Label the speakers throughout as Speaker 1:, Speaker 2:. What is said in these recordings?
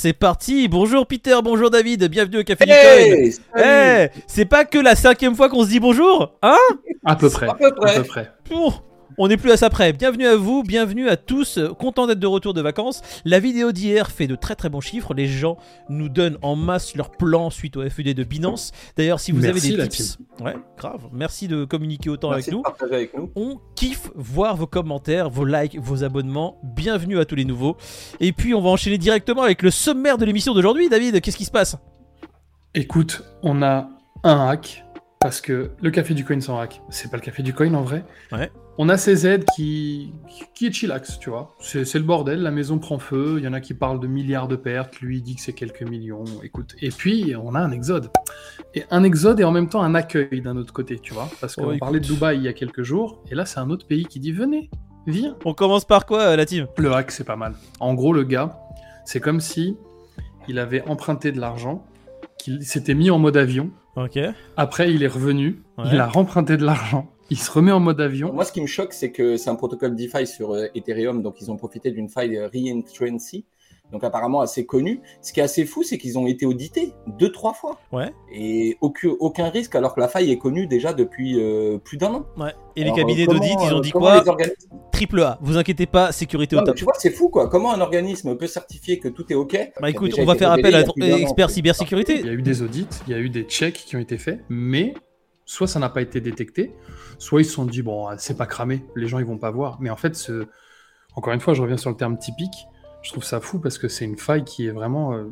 Speaker 1: C'est parti, bonjour Peter, bonjour David, bienvenue au Café Nicole.
Speaker 2: Hey, salut.
Speaker 1: Eh, c'est pas que la cinquième fois qu'on se dit bonjour, hein
Speaker 3: À peu près.
Speaker 2: À peu près.
Speaker 3: À peu près.
Speaker 1: Bon, On n'est plus à ça près. Bienvenue à vous, bienvenue à tous. euh, Content d'être de retour de vacances. La vidéo d'hier fait de très très bons chiffres. Les gens nous donnent en masse leurs plans suite au FUD de Binance. D'ailleurs, si vous
Speaker 3: Merci,
Speaker 1: avez
Speaker 3: la
Speaker 1: des tips, ouais, grave. Merci de communiquer autant
Speaker 2: Merci
Speaker 1: avec nous.
Speaker 2: de partager avec nous.
Speaker 1: On kiffe voir vos commentaires, vos likes, vos abonnements. Bienvenue à tous les nouveaux. Et puis, on va enchaîner directement avec le sommaire de l'émission d'aujourd'hui. David, qu'est-ce qui se passe
Speaker 3: Écoute, on a un hack, parce que le café du coin sans hack, c'est pas le café du coin en vrai.
Speaker 1: Ouais.
Speaker 3: On a CZ qui, qui est chillax, tu vois. C'est c'est le bordel, la maison prend feu, il y en a qui parlent de milliards de pertes, lui il dit que c'est quelques millions, écoute. Et puis, on a un exode. Et un exode et en même temps un accueil d'un autre côté, tu vois. Parce qu'on
Speaker 1: Oh, écoute.
Speaker 3: parlait de Dubaï il y a quelques jours, et là c'est un autre pays qui dit venez, viens.
Speaker 1: On commence par quoi, euh, la team
Speaker 3: Le hack, c'est pas mal. En gros, le gars, c'est comme si il avait emprunté de l'argent, qu'il s'était mis en mode avion.
Speaker 1: Ok.
Speaker 3: Après, il est revenu,
Speaker 1: Ouais.
Speaker 3: il a remprunté de l'argent, il se remet en mode avion.
Speaker 2: Moi, ce qui me choque, c'est que c'est un protocole DeFi sur euh, Ethereum, donc ils ont profité d'une faille euh, Reentrancy, donc apparemment assez connue. Ce qui est assez fou, c'est qu'ils ont été audités deux, trois fois.
Speaker 1: Ouais.
Speaker 2: Et aucun, aucun risque, alors que la faille est connue déjà depuis euh, plus d'un an.
Speaker 1: Ouais. Et
Speaker 2: Alors,
Speaker 1: les cabinets
Speaker 2: euh, comment,
Speaker 1: d'audit, ils ont
Speaker 2: euh,
Speaker 1: dit
Speaker 2: comment
Speaker 1: quoi
Speaker 2: les organismes-
Speaker 1: Triple A. Vous inquiétez pas, sécurité au
Speaker 2: Non, mais
Speaker 1: top.
Speaker 2: Tu vois, c'est fou, quoi. Comment un organisme peut certifier que tout est OK
Speaker 1: Bah écoute,
Speaker 2: Qui a déjà
Speaker 1: on va
Speaker 2: été
Speaker 1: faire
Speaker 2: révélé
Speaker 1: appel
Speaker 2: il y
Speaker 1: à
Speaker 2: a
Speaker 1: ton
Speaker 2: plus d'un an,
Speaker 1: expert
Speaker 2: c'est-
Speaker 3: Il y
Speaker 1: cybersécurité.
Speaker 3: a eu des audits, il y a eu des checks qui ont été faits, mais soit ça n'a pas été détecté, soit ils se sont dit, bon, ah, c'est pas cramé, les gens ils vont pas voir. Mais en fait, ce... encore une fois, je reviens sur le terme typique, je trouve ça fou parce que c'est une faille qui est vraiment euh,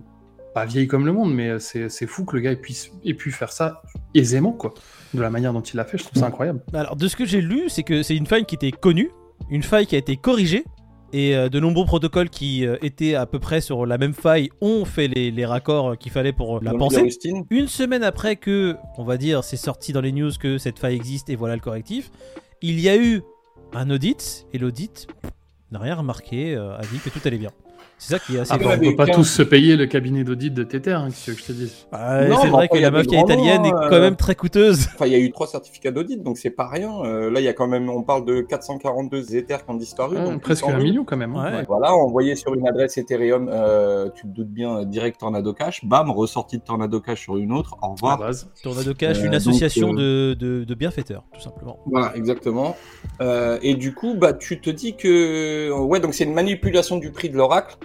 Speaker 3: pas vieille comme le monde, mais euh, c'est c'est fou que le gars puisse, ait pu faire ça aisément, quoi. De la manière dont il l'a fait, je trouve ça incroyable.
Speaker 1: Alors, de ce que j'ai lu, c'est que c'est une faille qui était connue, une faille qui a été corrigée, et euh, de nombreux protocoles qui euh, étaient à peu près sur la même faille ont fait les, les raccords qu'il fallait pour euh, la
Speaker 2: Donc,
Speaker 1: penser.
Speaker 2: Austin,
Speaker 1: Une semaine après que, on va dire, c'est sorti dans les news que cette faille existe et voilà le correctif, il y a eu un audit, et l'audit n'a rien remarqué, euh, a dit que tout allait bien. C'est ça qui est assez
Speaker 3: Ah
Speaker 2: C'est
Speaker 3: bah, on
Speaker 2: vrai,
Speaker 3: peut pas
Speaker 2: mais
Speaker 3: tous se payer le cabinet d'audit de Tether, hein, qu'est-ce que je te dis.
Speaker 1: Ah,
Speaker 2: Non,
Speaker 1: c'est
Speaker 2: mais
Speaker 1: vrai que
Speaker 2: enfin, il y
Speaker 1: la
Speaker 2: a des
Speaker 1: mafia
Speaker 2: grands noms,
Speaker 1: italienne est
Speaker 2: hein,
Speaker 1: quand
Speaker 2: euh.
Speaker 1: même très coûteuse.
Speaker 2: Enfin, il y a eu trois certificats d'audit, donc c'est pas rien. Euh, là, il y a quand même, on parle de 442 Ethers qui ont disparu.
Speaker 3: Ouais,
Speaker 2: donc
Speaker 3: Ah, presque
Speaker 2: 800
Speaker 3: un
Speaker 2: 000.
Speaker 3: million quand même. hein.
Speaker 1: Ouais.
Speaker 3: Ouais.
Speaker 2: Voilà, envoyé sur une adresse Ethereum, euh, tu te doutes bien, euh, direct Tornado Cash, bam, ressorti de Tornado Cash sur une autre, au
Speaker 3: À la
Speaker 2: revoir.
Speaker 3: base.
Speaker 1: Tornado Cash, une
Speaker 2: Euh, donc, euh,
Speaker 1: association de- de- de bienfaiteurs, tout simplement.
Speaker 2: Voilà, exactement. Euh, et du coup, bah, tu te dis que, ouais, donc c'est une manipulation du prix de l'oracle.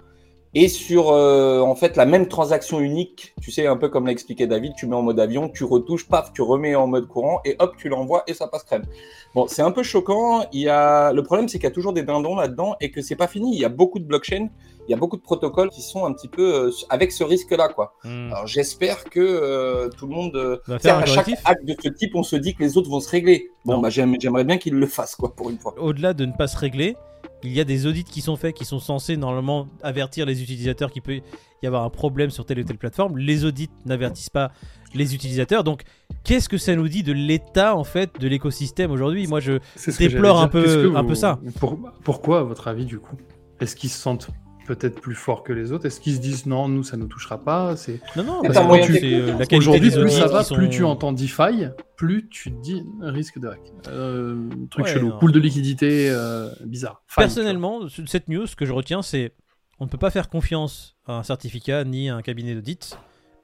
Speaker 2: Et sur, euh, en fait, la même transaction unique, tu sais, un peu comme l'a expliqué David, tu mets en mode avion, tu retouches, paf, tu remets en mode courant, et hop, tu l'envoies, et ça passe crème. Bon, c'est un peu choquant. Il y a... Le problème, c'est qu'il y a toujours des dindons là-dedans, et que c'est pas fini. Il y a beaucoup de blockchains, il y a beaucoup de protocoles qui sont un petit peu euh, avec ce risque-là, quoi. Alors j'espère que euh, tout le monde. euh,
Speaker 1: On va
Speaker 2: tu sais,
Speaker 1: faire un
Speaker 2: Hmm. à chaque
Speaker 1: correctif.
Speaker 2: acte de ce type, on se dit que les autres vont se régler. Bon,
Speaker 1: Non.
Speaker 2: bah, j'aime- j'aimerais bien qu'ils le fassent, quoi, pour une fois.
Speaker 1: Au-delà de ne pas se régler, il y a des audits qui sont faits qui sont censés normalement avertir les utilisateurs qu'il peut y avoir un problème sur telle ou telle plateforme. Les audits n'avertissent pas les utilisateurs. Donc, qu'est-ce que ça nous dit de l'état en fait de l'écosystème aujourd'hui Moi, je
Speaker 3: C'est ce
Speaker 1: Déplore
Speaker 3: j'allais dire.
Speaker 1: un peu-
Speaker 3: Qu'est-ce que
Speaker 1: un peu ça.
Speaker 3: pour- pourquoi, à votre avis, du coup Est-ce qu'ils se sentent peut-être plus forts que les autres Est-ce qu'ils se disent non, nous ça nous touchera pas C'est
Speaker 1: non non.
Speaker 2: C'est
Speaker 1: parce
Speaker 2: un
Speaker 1: que
Speaker 2: moyen
Speaker 1: tu-
Speaker 2: technique,
Speaker 1: euh,
Speaker 2: hein.
Speaker 1: la qualité
Speaker 3: aujourd'hui
Speaker 1: des
Speaker 3: plus
Speaker 1: audits
Speaker 3: ça va,
Speaker 1: qui sont-
Speaker 3: plus tu entends DeFi, plus tu te dis risque de hack, Euh, truc
Speaker 1: Ouais,
Speaker 3: chelou,
Speaker 1: non.
Speaker 3: pool de liquidité euh, bizarre. Faille,
Speaker 1: Personnellement, sur cette news, ce que je retiens, c'est on ne peut pas faire confiance à un certificat ni à un cabinet d'audit.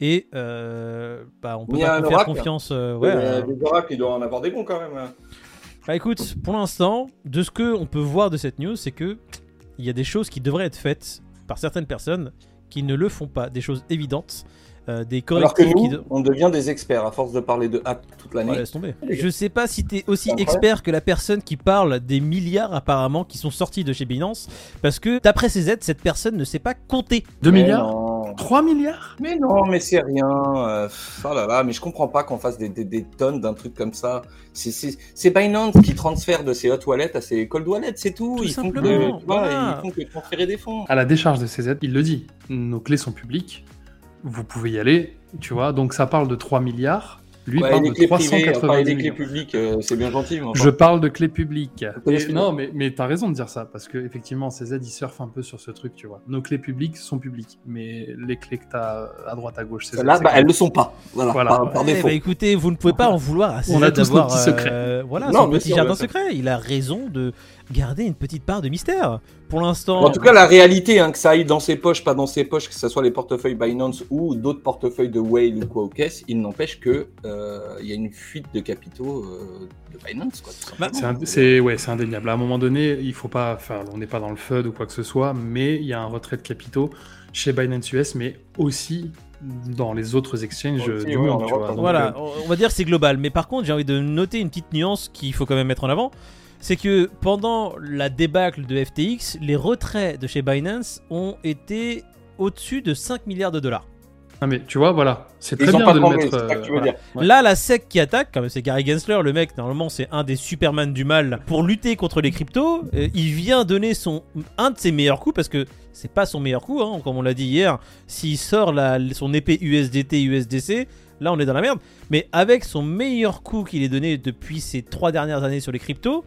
Speaker 1: Et euh, bah, on peut
Speaker 2: Ni à
Speaker 1: pas
Speaker 2: un
Speaker 1: faire
Speaker 2: oracle.
Speaker 1: confiance. euh, ouais, euh,
Speaker 2: Les oracles, ils doivent en avoir des bons quand même.
Speaker 1: Bah écoute, pour l'instant, de ce que on peut voir de cette news, c'est que il y a des choses qui devraient être faites par certaines personnes qui ne le font pas, des choses évidentes, euh, des
Speaker 2: Alors que
Speaker 1: correctifs qui.
Speaker 2: nous,
Speaker 1: de-
Speaker 2: on devient des experts à force de parler de hack toute
Speaker 1: Ouais,
Speaker 2: l'année.
Speaker 1: laisse tomber. Je sais pas si t'es aussi
Speaker 2: C'est incroyable.
Speaker 1: expert que la personne qui parle des milliards apparemment qui sont sortis de chez Binance, parce que d'après ces aides, cette personne ne sait pas compter.
Speaker 3: 2
Speaker 2: Mais
Speaker 3: milliards
Speaker 2: non.
Speaker 3: 3 milliards
Speaker 2: Mais non, mais c'est rien. euh, pff, oh là là, mais je comprends pas qu'on fasse des, des- des tonnes d'un truc comme ça. C'est- C'est c'est Binance qui transfère de ses hot wallets à ses cold wallets, c'est tout.
Speaker 1: Tout
Speaker 2: ils font que,
Speaker 1: simplement,
Speaker 2: tu vois,
Speaker 1: voilà.
Speaker 2: ils font que transférer des fonds.
Speaker 3: à la décharge de CZ, il le dit, nos clés sont publiques, vous pouvez y aller, tu vois, donc ça parle de 3 milliards, lui
Speaker 2: Ouais,
Speaker 3: parle
Speaker 2: les
Speaker 3: de
Speaker 2: clés privées,
Speaker 3: 380
Speaker 2: enfin, les clés
Speaker 3: millions.
Speaker 2: publiques, euh, c'est bien gentil. mais enfin,
Speaker 3: Je parle de clés publiques.
Speaker 2: Oui,
Speaker 3: Et
Speaker 2: excuse-moi.
Speaker 3: non, mais, mais t'as raison de dire ça, parce que effectivement, CZ, il surfe un peu sur ce truc, tu vois. Nos clés publiques sont publiques, mais les clés que t'as à droite, à gauche, CZ,
Speaker 2: Là,
Speaker 3: c'est
Speaker 2: bah,
Speaker 3: quoi
Speaker 2: elles le sont pas. Voilà,
Speaker 3: Voilà.
Speaker 2: par, par
Speaker 1: Eh
Speaker 2: défaut.
Speaker 1: bah écoutez, vous ne pouvez pas en vouloir à ces
Speaker 3: On a
Speaker 1: aides
Speaker 3: tous nos
Speaker 1: d'avoir,
Speaker 3: petits
Speaker 1: euh,
Speaker 3: secrets.
Speaker 1: voilà,
Speaker 2: Non,
Speaker 1: son
Speaker 2: bien
Speaker 1: petit
Speaker 2: sûr,
Speaker 1: jardin
Speaker 2: bien sûr.
Speaker 1: secret. Il a raison de garder une petite part de mystère. Pour l'instant,
Speaker 2: En tout cas, la réalité, hein, que ça aille dans ses poches, pas dans ses poches, que ce soit les portefeuilles Binance ou d'autres portefeuilles de Whale ou quoi aux caisses, il n'empêche que euh, il y a une fuite de capitaux euh, de Binance. Quoi, tout simplement.
Speaker 1: Bah,
Speaker 3: C'est un- C'est ouais, c'est indéniable. À un moment donné, il faut pas. Enfin, on n'est pas dans le FUD ou quoi que ce soit, mais il y a un retrait de capitaux chez Binance US, mais aussi dans les autres exchanges
Speaker 2: Aussi,
Speaker 3: du
Speaker 2: ouais, en
Speaker 3: monde.
Speaker 2: Europe,
Speaker 3: tu vois.
Speaker 2: pardon.
Speaker 3: Donc,
Speaker 1: Voilà,
Speaker 3: euh,
Speaker 1: on on va dire que c'est global. Mais par contre, j'ai envie de noter une petite nuance qu'il faut quand même mettre en avant. C'est que pendant la débâcle de FTX, les retraits de chez Binance ont été au-dessus de 5 milliards de dollars.
Speaker 3: ah, mais tu vois, voilà, c'est
Speaker 2: Ils
Speaker 3: très
Speaker 2: ont
Speaker 3: bien
Speaker 2: pas
Speaker 3: de le
Speaker 2: tremblé,
Speaker 3: mettre.
Speaker 2: c'est ça
Speaker 3: euh,
Speaker 2: que tu veux
Speaker 3: voilà.
Speaker 2: dire.
Speaker 3: Ouais.
Speaker 1: Là, la SEC qui attaque, quand même, c'est Gary Gensler, le mec, normalement, c'est un des Superman du mal pour lutter contre les cryptos. Euh, il vient donner son, un de ses meilleurs coups, parce que c'est pas son meilleur coup, hein, comme on l'a dit hier. S'il sort la- son épée USDT, USDC, là, on est dans la merde. Mais avec son meilleur coup qu'il ait donné depuis ces trois dernières années sur les cryptos,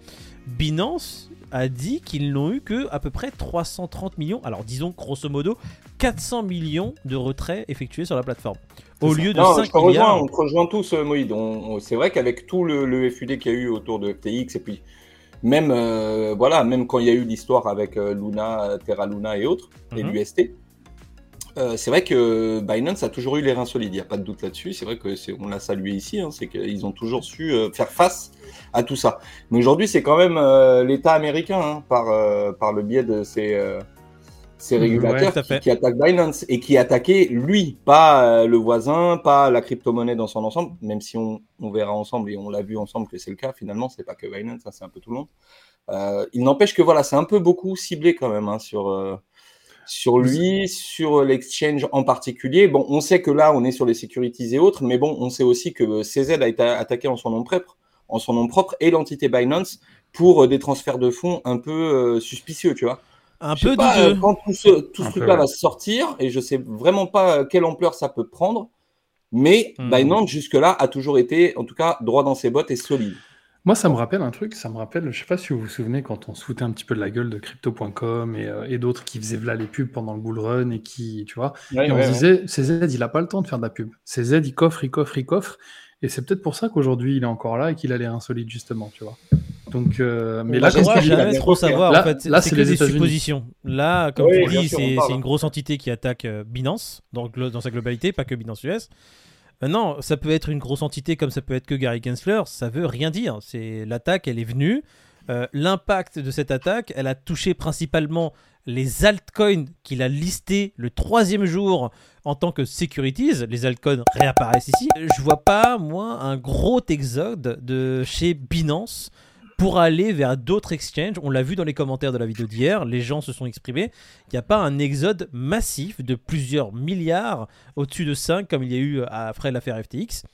Speaker 1: Binance a dit qu'ils n'ont eu que à peu près 330 millions, alors disons grosso modo 400 millions de retraits effectués sur la plateforme. Au
Speaker 3: C'est ça.
Speaker 1: lieu de
Speaker 2: Non, je
Speaker 1: 5
Speaker 2: te rejoins,
Speaker 1: milliards.
Speaker 2: on te rejoint tous, euh, Moïd. On- on- C'est vrai qu'avec tout le, le FUD qu'il y a eu autour de FTX, et puis même, euh, voilà, même quand il y a eu l'histoire avec euh, Luna, euh, Terra Luna et autres, et
Speaker 1: Mhm.
Speaker 2: l'UST, euh, c'est vrai que Binance a toujours eu les reins solides, il n'y a pas de doute là-dessus. C'est vrai que c'est- on l'a salué ici, hein, c'est qu'ils ont toujours su euh, faire face à tout ça. Mais aujourd'hui, c'est quand même euh, l'État américain, hein, par, euh, par le biais de ses, euh, ses
Speaker 3: Ouais,
Speaker 2: régulateurs,
Speaker 1: Mmh, tout à fait.
Speaker 2: qui, qui attaque Binance et qui attaquait lui, pas euh, le voisin, pas la crypto-monnaie dans son ensemble, même si on, on verra ensemble et on l'a vu ensemble que c'est le cas finalement, c'est pas que Binance, ça, c'est un peu tout le monde. Euh, il n'empêche que voilà, c'est un peu beaucoup ciblé quand même hein, sur, euh, sur lui, sur l'exchange en particulier. Bon, on sait que là, on est sur les securities et autres, mais bon, on sait aussi que CZ a été attaqué en son nom propre, en son nom propre et l'entité Binance pour euh, des transferts de fonds un peu euh, suspicieux, tu vois.
Speaker 1: Un
Speaker 2: Je sais
Speaker 1: peu
Speaker 2: pas,
Speaker 1: douteux.
Speaker 2: euh, quand tout ce, tout ce
Speaker 3: Un peu,
Speaker 2: truc-là
Speaker 3: ouais.
Speaker 2: va sortir, et je sais vraiment pas euh, quelle ampleur ça peut prendre, mais
Speaker 1: Hmm.
Speaker 2: Binance jusque-là a toujours été, en tout cas, droit dans ses bottes et solide.
Speaker 3: Moi, ça me rappelle un truc, ça me rappelle, je sais pas si vous vous souvenez quand on se foutait un petit peu de la gueule de crypto.com et, euh, et d'autres qui faisaient v'là les pubs pendant le bull run et qui, tu vois, et on se disait, CZ, il a pas le temps de faire de la pub. CZ, il coffre, il coffre, il coffre. Et c'est peut-être pour ça qu'aujourd'hui, il est encore là et qu'il a l'air insolite, justement, tu vois. Donc, euh, mais
Speaker 2: va
Speaker 3: là,
Speaker 1: Là,
Speaker 2: comme
Speaker 3: comme
Speaker 2: voir,
Speaker 1: on
Speaker 3: tu dis,
Speaker 2: j'ai
Speaker 1: jamais
Speaker 2: la
Speaker 1: trop
Speaker 2: dernière
Speaker 1: savoir.
Speaker 3: fois.
Speaker 1: en fait,
Speaker 3: Là- là,
Speaker 1: c'est
Speaker 3: c'est
Speaker 1: que
Speaker 3: les
Speaker 1: des
Speaker 3: États-Unis.
Speaker 1: suppositions. Là, comme
Speaker 2: Oui,
Speaker 1: tu
Speaker 2: bien
Speaker 1: dis,
Speaker 2: sûr, on
Speaker 1: c'est
Speaker 2: parle.
Speaker 1: c'est une grosse entité qui attaque euh, Binance dans, glo- dans sa globalité, pas que Binance US. Euh, non, ça peut être une grosse entité comme ça peut être que Gary Gensler. Ça veut rien dire. C'est l'attaque, elle est venue. Euh, L'impact de cette attaque, elle a touché principalement les altcoins qu'il a listés le troisième jour en tant que securities. Les altcoins réapparaissent ici. Euh, Je vois pas, moi, un gros exode de chez Binance pour aller vers d'autres exchanges. On l'a vu dans les commentaires de la vidéo d'hier, les gens se sont exprimés. Il n'y a pas un exode massif de plusieurs milliards au-dessus de 5 comme il y a eu euh, après l'affaire FTX.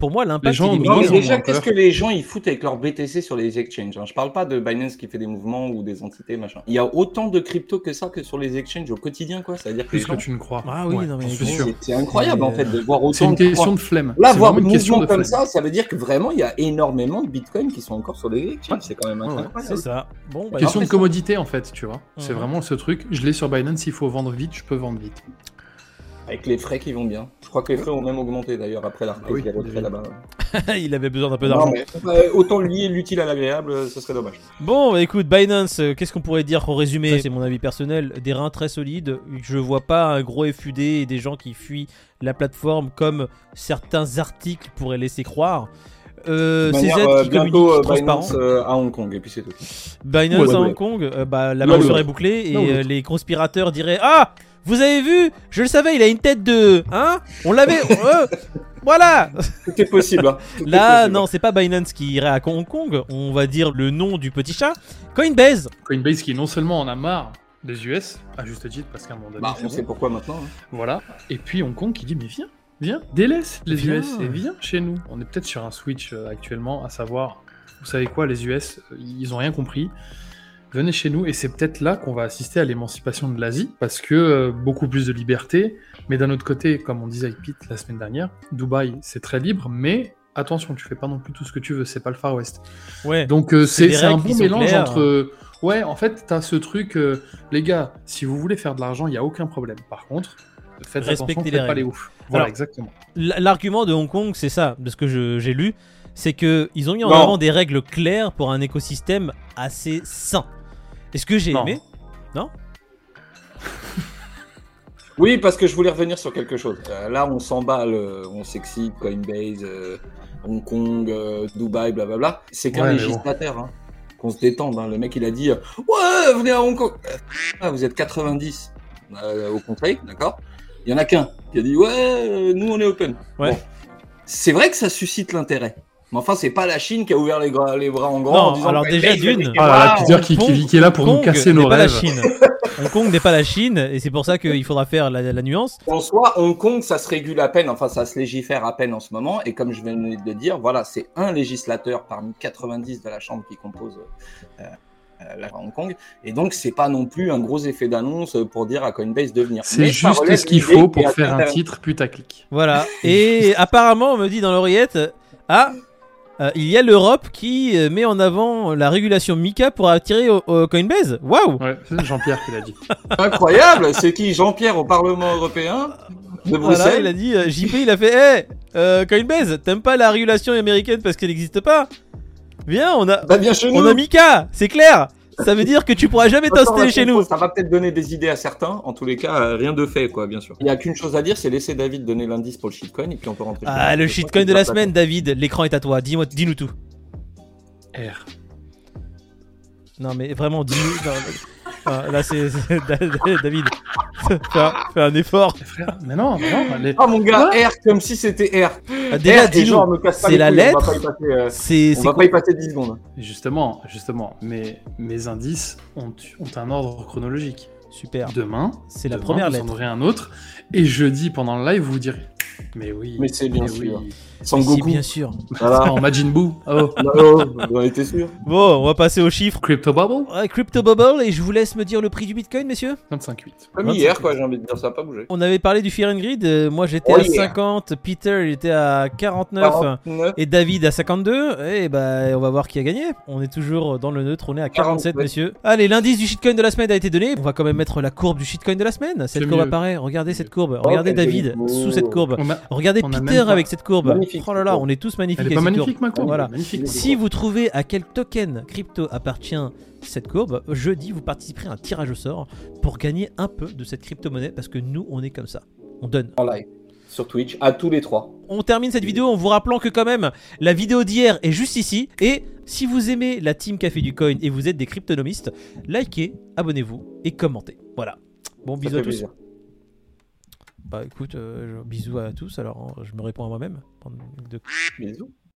Speaker 1: Pour moi, l'impact
Speaker 3: Les
Speaker 1: il est
Speaker 3: gens ont
Speaker 2: Non, mais
Speaker 3: Binance,
Speaker 1: minime.
Speaker 2: déjà,
Speaker 3: on
Speaker 2: qu'est-ce
Speaker 3: peur.
Speaker 2: que les gens ils foutent avec leur BTC sur les exchanges hein Je parle pas de Binance qui fait des mouvements ou des entités, machin. Il y a autant de crypto que ça que sur les exchanges au quotidien, quoi. C'est-à-dire que, les
Speaker 3: plus que
Speaker 2: gens-
Speaker 3: tu ne crois.
Speaker 1: Ah oui, non, mais les
Speaker 3: j'en suis
Speaker 1: gros,
Speaker 3: sûr. euh,
Speaker 2: c'est c'est incroyable,
Speaker 1: Mais,
Speaker 2: en fait, de voir
Speaker 3: C'est
Speaker 2: autant
Speaker 3: une
Speaker 2: de croix.
Speaker 3: question de flemme.
Speaker 2: Là,
Speaker 3: C'est
Speaker 2: voir
Speaker 3: vraiment
Speaker 2: des
Speaker 3: une question
Speaker 2: mouvements
Speaker 3: de
Speaker 2: comme
Speaker 3: flemme.
Speaker 2: ça, ça veut dire que vraiment, il y a énormément de bitcoins qui sont encore sur les exchanges. C'est quand même incroyable.
Speaker 1: C'est ça. Bon, bah,
Speaker 3: Question de
Speaker 2: Après,
Speaker 3: commodité, en fait, tu vois. C'est
Speaker 1: Mhm.
Speaker 3: vraiment ce truc. Je l'ai sur Binance, s'il faut vendre vite, je peux vendre vite.
Speaker 2: Avec les frais qui vont bien. Je crois que les frais ont même augmenté d'ailleurs après la reprise
Speaker 3: oui,
Speaker 2: des retraits
Speaker 3: déjà.
Speaker 2: là-bas.
Speaker 1: il avait besoin d'un Ah peu
Speaker 2: Non,
Speaker 1: d'argent.
Speaker 2: mais, euh, autant lier l'utile à l'agréable, euh, ce serait dommage.
Speaker 1: Bon, bah, écoute, Binance, euh, qu'est-ce qu'on pourrait dire en résumé
Speaker 3: Ça,
Speaker 1: C'est mon avis personnel. Des reins très solides. Je vois pas un gros FUD et des gens qui fuient la plateforme comme certains articles pourraient laisser croire. Euh,
Speaker 2: De
Speaker 1: CZ
Speaker 2: manière, euh,
Speaker 1: qui
Speaker 2: bientôt euh,
Speaker 1: communique transparent.
Speaker 2: Binance euh, à Hong Kong, et puis c'est tout.
Speaker 1: Binance
Speaker 2: Ouais,
Speaker 1: à
Speaker 2: ouais.
Speaker 1: Hong Kong, euh, bah, la
Speaker 2: L'un ou
Speaker 1: manche
Speaker 2: l'autre.
Speaker 1: serait bouclée et
Speaker 3: L'un ou l'autre.
Speaker 1: euh, les conspirateurs diraient Ah Vous avez vu Je le savais, il a une tête de. Hein On l'avait. euh, voilà
Speaker 2: Tout est possible. hein. Tout est
Speaker 1: Là,
Speaker 2: possible.
Speaker 1: non, c'est pas Binance qui irait à Hong Kong. On va dire le nom du petit chat. Coinbase.
Speaker 3: Coinbase qui, non seulement en a marre des US, à juste titre, parce qu'à un moment donné,
Speaker 2: Bah,
Speaker 3: c'est
Speaker 2: on
Speaker 3: bon.
Speaker 2: sait pourquoi maintenant. hein.
Speaker 3: Voilà. Et puis Hong Kong qui dit mais viens, viens, délaisse les
Speaker 1: Viens.
Speaker 3: US et viens chez nous. On est peut-être sur un switch euh, actuellement, à savoir, vous savez quoi, les US, euh, ils ont rien compris. Venez chez nous et c'est peut-être là qu'on va assister à l'émancipation de l'Asie parce que euh, beaucoup plus de liberté. Mais d'un autre côté, comme on disait avec Pete la semaine dernière, Dubaï c'est très libre, mais attention, tu fais pas non plus tout ce que tu veux, c'est pas le Far West.
Speaker 1: Ouais.
Speaker 3: Donc euh,
Speaker 1: C'est
Speaker 3: c'est
Speaker 1: des
Speaker 3: c'est un
Speaker 1: règles qui
Speaker 3: bon
Speaker 1: sont
Speaker 3: mélange
Speaker 1: claires.
Speaker 3: entre. euh, Ouais, en fait, t'as ce truc, euh, les gars, si vous voulez faire de l'argent, il n'y a aucun problème. Par contre, faites
Speaker 1: Respectez
Speaker 3: attention,
Speaker 1: les
Speaker 3: faites pas
Speaker 1: règles.
Speaker 3: les ouf. Voilà,
Speaker 1: Alors,
Speaker 3: exactement.
Speaker 1: L- L'argument de Hong Kong, c'est ça, de ce que je- j'ai lu, c'est que ils ont mis en
Speaker 2: Non.
Speaker 1: avant des règles claires pour un écosystème assez sain. Et ce que j'ai
Speaker 3: Non.
Speaker 1: aimé,
Speaker 2: Oui, parce que je voulais revenir sur quelque chose. Euh, là, on s'emballe, euh, on s'excite, Coinbase, euh, Hong Kong, euh, Dubaï, blablabla. C'est qu'un
Speaker 3: Ouais, mais bon.
Speaker 2: législateur, hein, qu'on se détende. hein. Le mec, il a dit euh, Ouais, venez à Hong Kong Euh, ah, Vous êtes 90 euh, au conseil, d'accord Il y en a qu'un qui a dit Ouais, euh, nous, on est open.
Speaker 1: Ouais.
Speaker 2: C'est vrai que ça suscite l'intérêt. Mais enfin, c'est pas la Chine qui a ouvert les, gra- les bras en grand.
Speaker 1: Non,
Speaker 2: en disant,
Speaker 1: alors
Speaker 2: Ouais,
Speaker 1: déjà,
Speaker 2: mais je vais
Speaker 1: d'une,
Speaker 2: niquer
Speaker 3: Ah là là,
Speaker 2: voir.
Speaker 3: Peter qui,
Speaker 1: Hong
Speaker 3: qui- qui est là pour nous
Speaker 1: Kong
Speaker 3: casser
Speaker 1: n'est
Speaker 3: nos
Speaker 1: pas la
Speaker 3: rêves.
Speaker 1: Chine. Hong Kong n'est pas la Chine, et c'est pour ça qu'il faudra faire la, la nuance.
Speaker 2: En soi, Hong Kong, ça se régule à peine, enfin, ça se légifère à peine en ce moment. Et comme je venais de le dire, voilà, c'est un législateur parmi 90 de la Chambre qui compose euh, euh, la Hong Kong. Et donc, c'est pas non plus un gros effet d'annonce pour dire à Coinbase de venir.
Speaker 3: C'est
Speaker 2: Mais ça
Speaker 3: juste
Speaker 2: relève
Speaker 3: ce qu'il
Speaker 2: d'une idée
Speaker 3: faut
Speaker 2: qui
Speaker 3: pour
Speaker 2: est
Speaker 3: faire un
Speaker 2: assez-
Speaker 3: titre putaclic.
Speaker 1: Voilà. Et apparemment, on me dit dans l'oreillette, euh, ah, euh, il y a l'Europe qui euh, met en avant la régulation Mika pour attirer au, au Coinbase. Waouh
Speaker 3: Ouais, c'est Jean-Pierre qui l'a dit.
Speaker 2: Incroyable C'est qui Jean-Pierre au Parlement européen de
Speaker 1: Voilà,
Speaker 2: Bruxelles
Speaker 1: il a dit, euh, JP, il a fait, hé, Coinbase, t'aimes pas la régulation américaine parce qu'elle n'existe pas Viens, on a,
Speaker 2: Bah, bien chez
Speaker 1: on
Speaker 2: nous.
Speaker 1: a Mika, c'est clair Ça veut dire que tu pourras jamais
Speaker 2: Attends,
Speaker 1: t'installer
Speaker 2: la
Speaker 1: chez nous.
Speaker 2: conf, Ça va peut-être donner des idées à certains. En tous les cas, euh, rien de fait, quoi, bien sûr. Il n'y a qu'une chose à dire, c'est laisser David donner l'indice pour le shitcoin et puis on peut rentrer. chez
Speaker 1: Ah,
Speaker 2: nous.
Speaker 1: le
Speaker 2: Je pense
Speaker 1: shitcoin
Speaker 2: qu'il
Speaker 1: de
Speaker 2: va
Speaker 1: la
Speaker 2: pas-
Speaker 1: semaine, David, l'écran est à toi, dis-moi, dis-nous tout.
Speaker 3: R.
Speaker 1: Non mais vraiment, dis-nous. non, mais- Ah, là c'est c'est- Da- Da- David. Fais un, fais un effort.
Speaker 3: Mais Eh, frère, mais non, mais non. les-
Speaker 2: Ah mon gars, R comme si c'était R.
Speaker 1: Ah, Déjà
Speaker 2: R, et Eh, genre,
Speaker 1: dis-nous.
Speaker 2: me casse pas
Speaker 1: c'est
Speaker 2: les
Speaker 1: la
Speaker 2: couilles, on va
Speaker 1: lettre,
Speaker 2: pas y passer, euh,
Speaker 1: C'est
Speaker 2: On
Speaker 1: c'est
Speaker 2: va
Speaker 1: quoi
Speaker 2: pas y passer 10 secondes.
Speaker 3: Justement, justement, mes, mes indices ont, ont un ordre chronologique.
Speaker 1: Super.
Speaker 3: Demain,
Speaker 1: C'est la
Speaker 3: demain,
Speaker 1: première
Speaker 3: vous en
Speaker 1: lettre.
Speaker 3: aurez un autre. Et jeudi, pendant le live, vous direz Mais oui.
Speaker 2: Mais c'est bien
Speaker 3: mais
Speaker 2: sûr.
Speaker 3: oui.
Speaker 2: Sans
Speaker 1: Si,
Speaker 2: Goku.
Speaker 1: bien sûr.
Speaker 3: Ah,
Speaker 2: Voilà.
Speaker 3: en Majin Buu. Oh.
Speaker 2: Non, non, J'en étais sûr.
Speaker 1: Bon, on va passer aux chiffres.
Speaker 3: Crypto Bubble
Speaker 1: Ouais, Crypto Bubble et je vous laisse me dire le prix du Bitcoin, messieurs.
Speaker 3: 25,8.
Speaker 2: Comme
Speaker 1: 25.
Speaker 2: hier, quoi, j'ai envie de dire, ça n'a pas bougé.
Speaker 1: On avait parlé du Fear and Grid. euh, moi j'étais
Speaker 2: Oh
Speaker 1: à
Speaker 2: yeah.
Speaker 1: 50, Peter il était à 49
Speaker 2: 49,
Speaker 1: et David à 52. Et bah on va voir qui a gagné. On est toujours dans le neutre. On est à 47,
Speaker 2: 47.
Speaker 1: messieurs. Allez, l'indice du shitcoin de la semaine a été donné. On va quand même mettre la courbe du shitcoin de la semaine. Cette
Speaker 3: C'est
Speaker 1: courbe
Speaker 3: mieux.
Speaker 1: apparaît. Regardez cette courbe. Regardez
Speaker 2: quel
Speaker 1: David
Speaker 2: joli mot.
Speaker 1: sous cette courbe.
Speaker 3: On a-
Speaker 1: Regardez
Speaker 3: On a même
Speaker 1: Peter
Speaker 3: pas-
Speaker 1: avec cette courbe.
Speaker 2: Magnifique,
Speaker 1: Oh là là,
Speaker 2: cette
Speaker 1: on est tous magnifiques.
Speaker 3: Elle est
Speaker 1: avec
Speaker 3: pas
Speaker 1: cette
Speaker 3: magnifique, ma courbe
Speaker 1: Voilà.
Speaker 3: Magnifique.
Speaker 1: courbe. Si vous trouvez à quel token crypto appartient cette courbe, jeudi, vous participerez à un tirage au sort pour gagner un peu de cette crypto-monnaie parce que nous, on est comme ça. On donne.
Speaker 2: en live. Sur Twitch, à tous les trois.
Speaker 1: On termine cette vidéo en vous rappelant que quand même, la vidéo d'hier est juste ici. Et si vous aimez la team Café du Coin et vous êtes des cryptonomistes, likez, abonnez-vous et commentez. Voilà. Bon,
Speaker 2: Ça
Speaker 1: bisous
Speaker 2: fait
Speaker 1: à tous.
Speaker 2: plaisir.
Speaker 1: Bah écoute, euh, je- bisous à tous. Alors, hein, je me réponds à moi-même. Prendre de
Speaker 2: Bisous.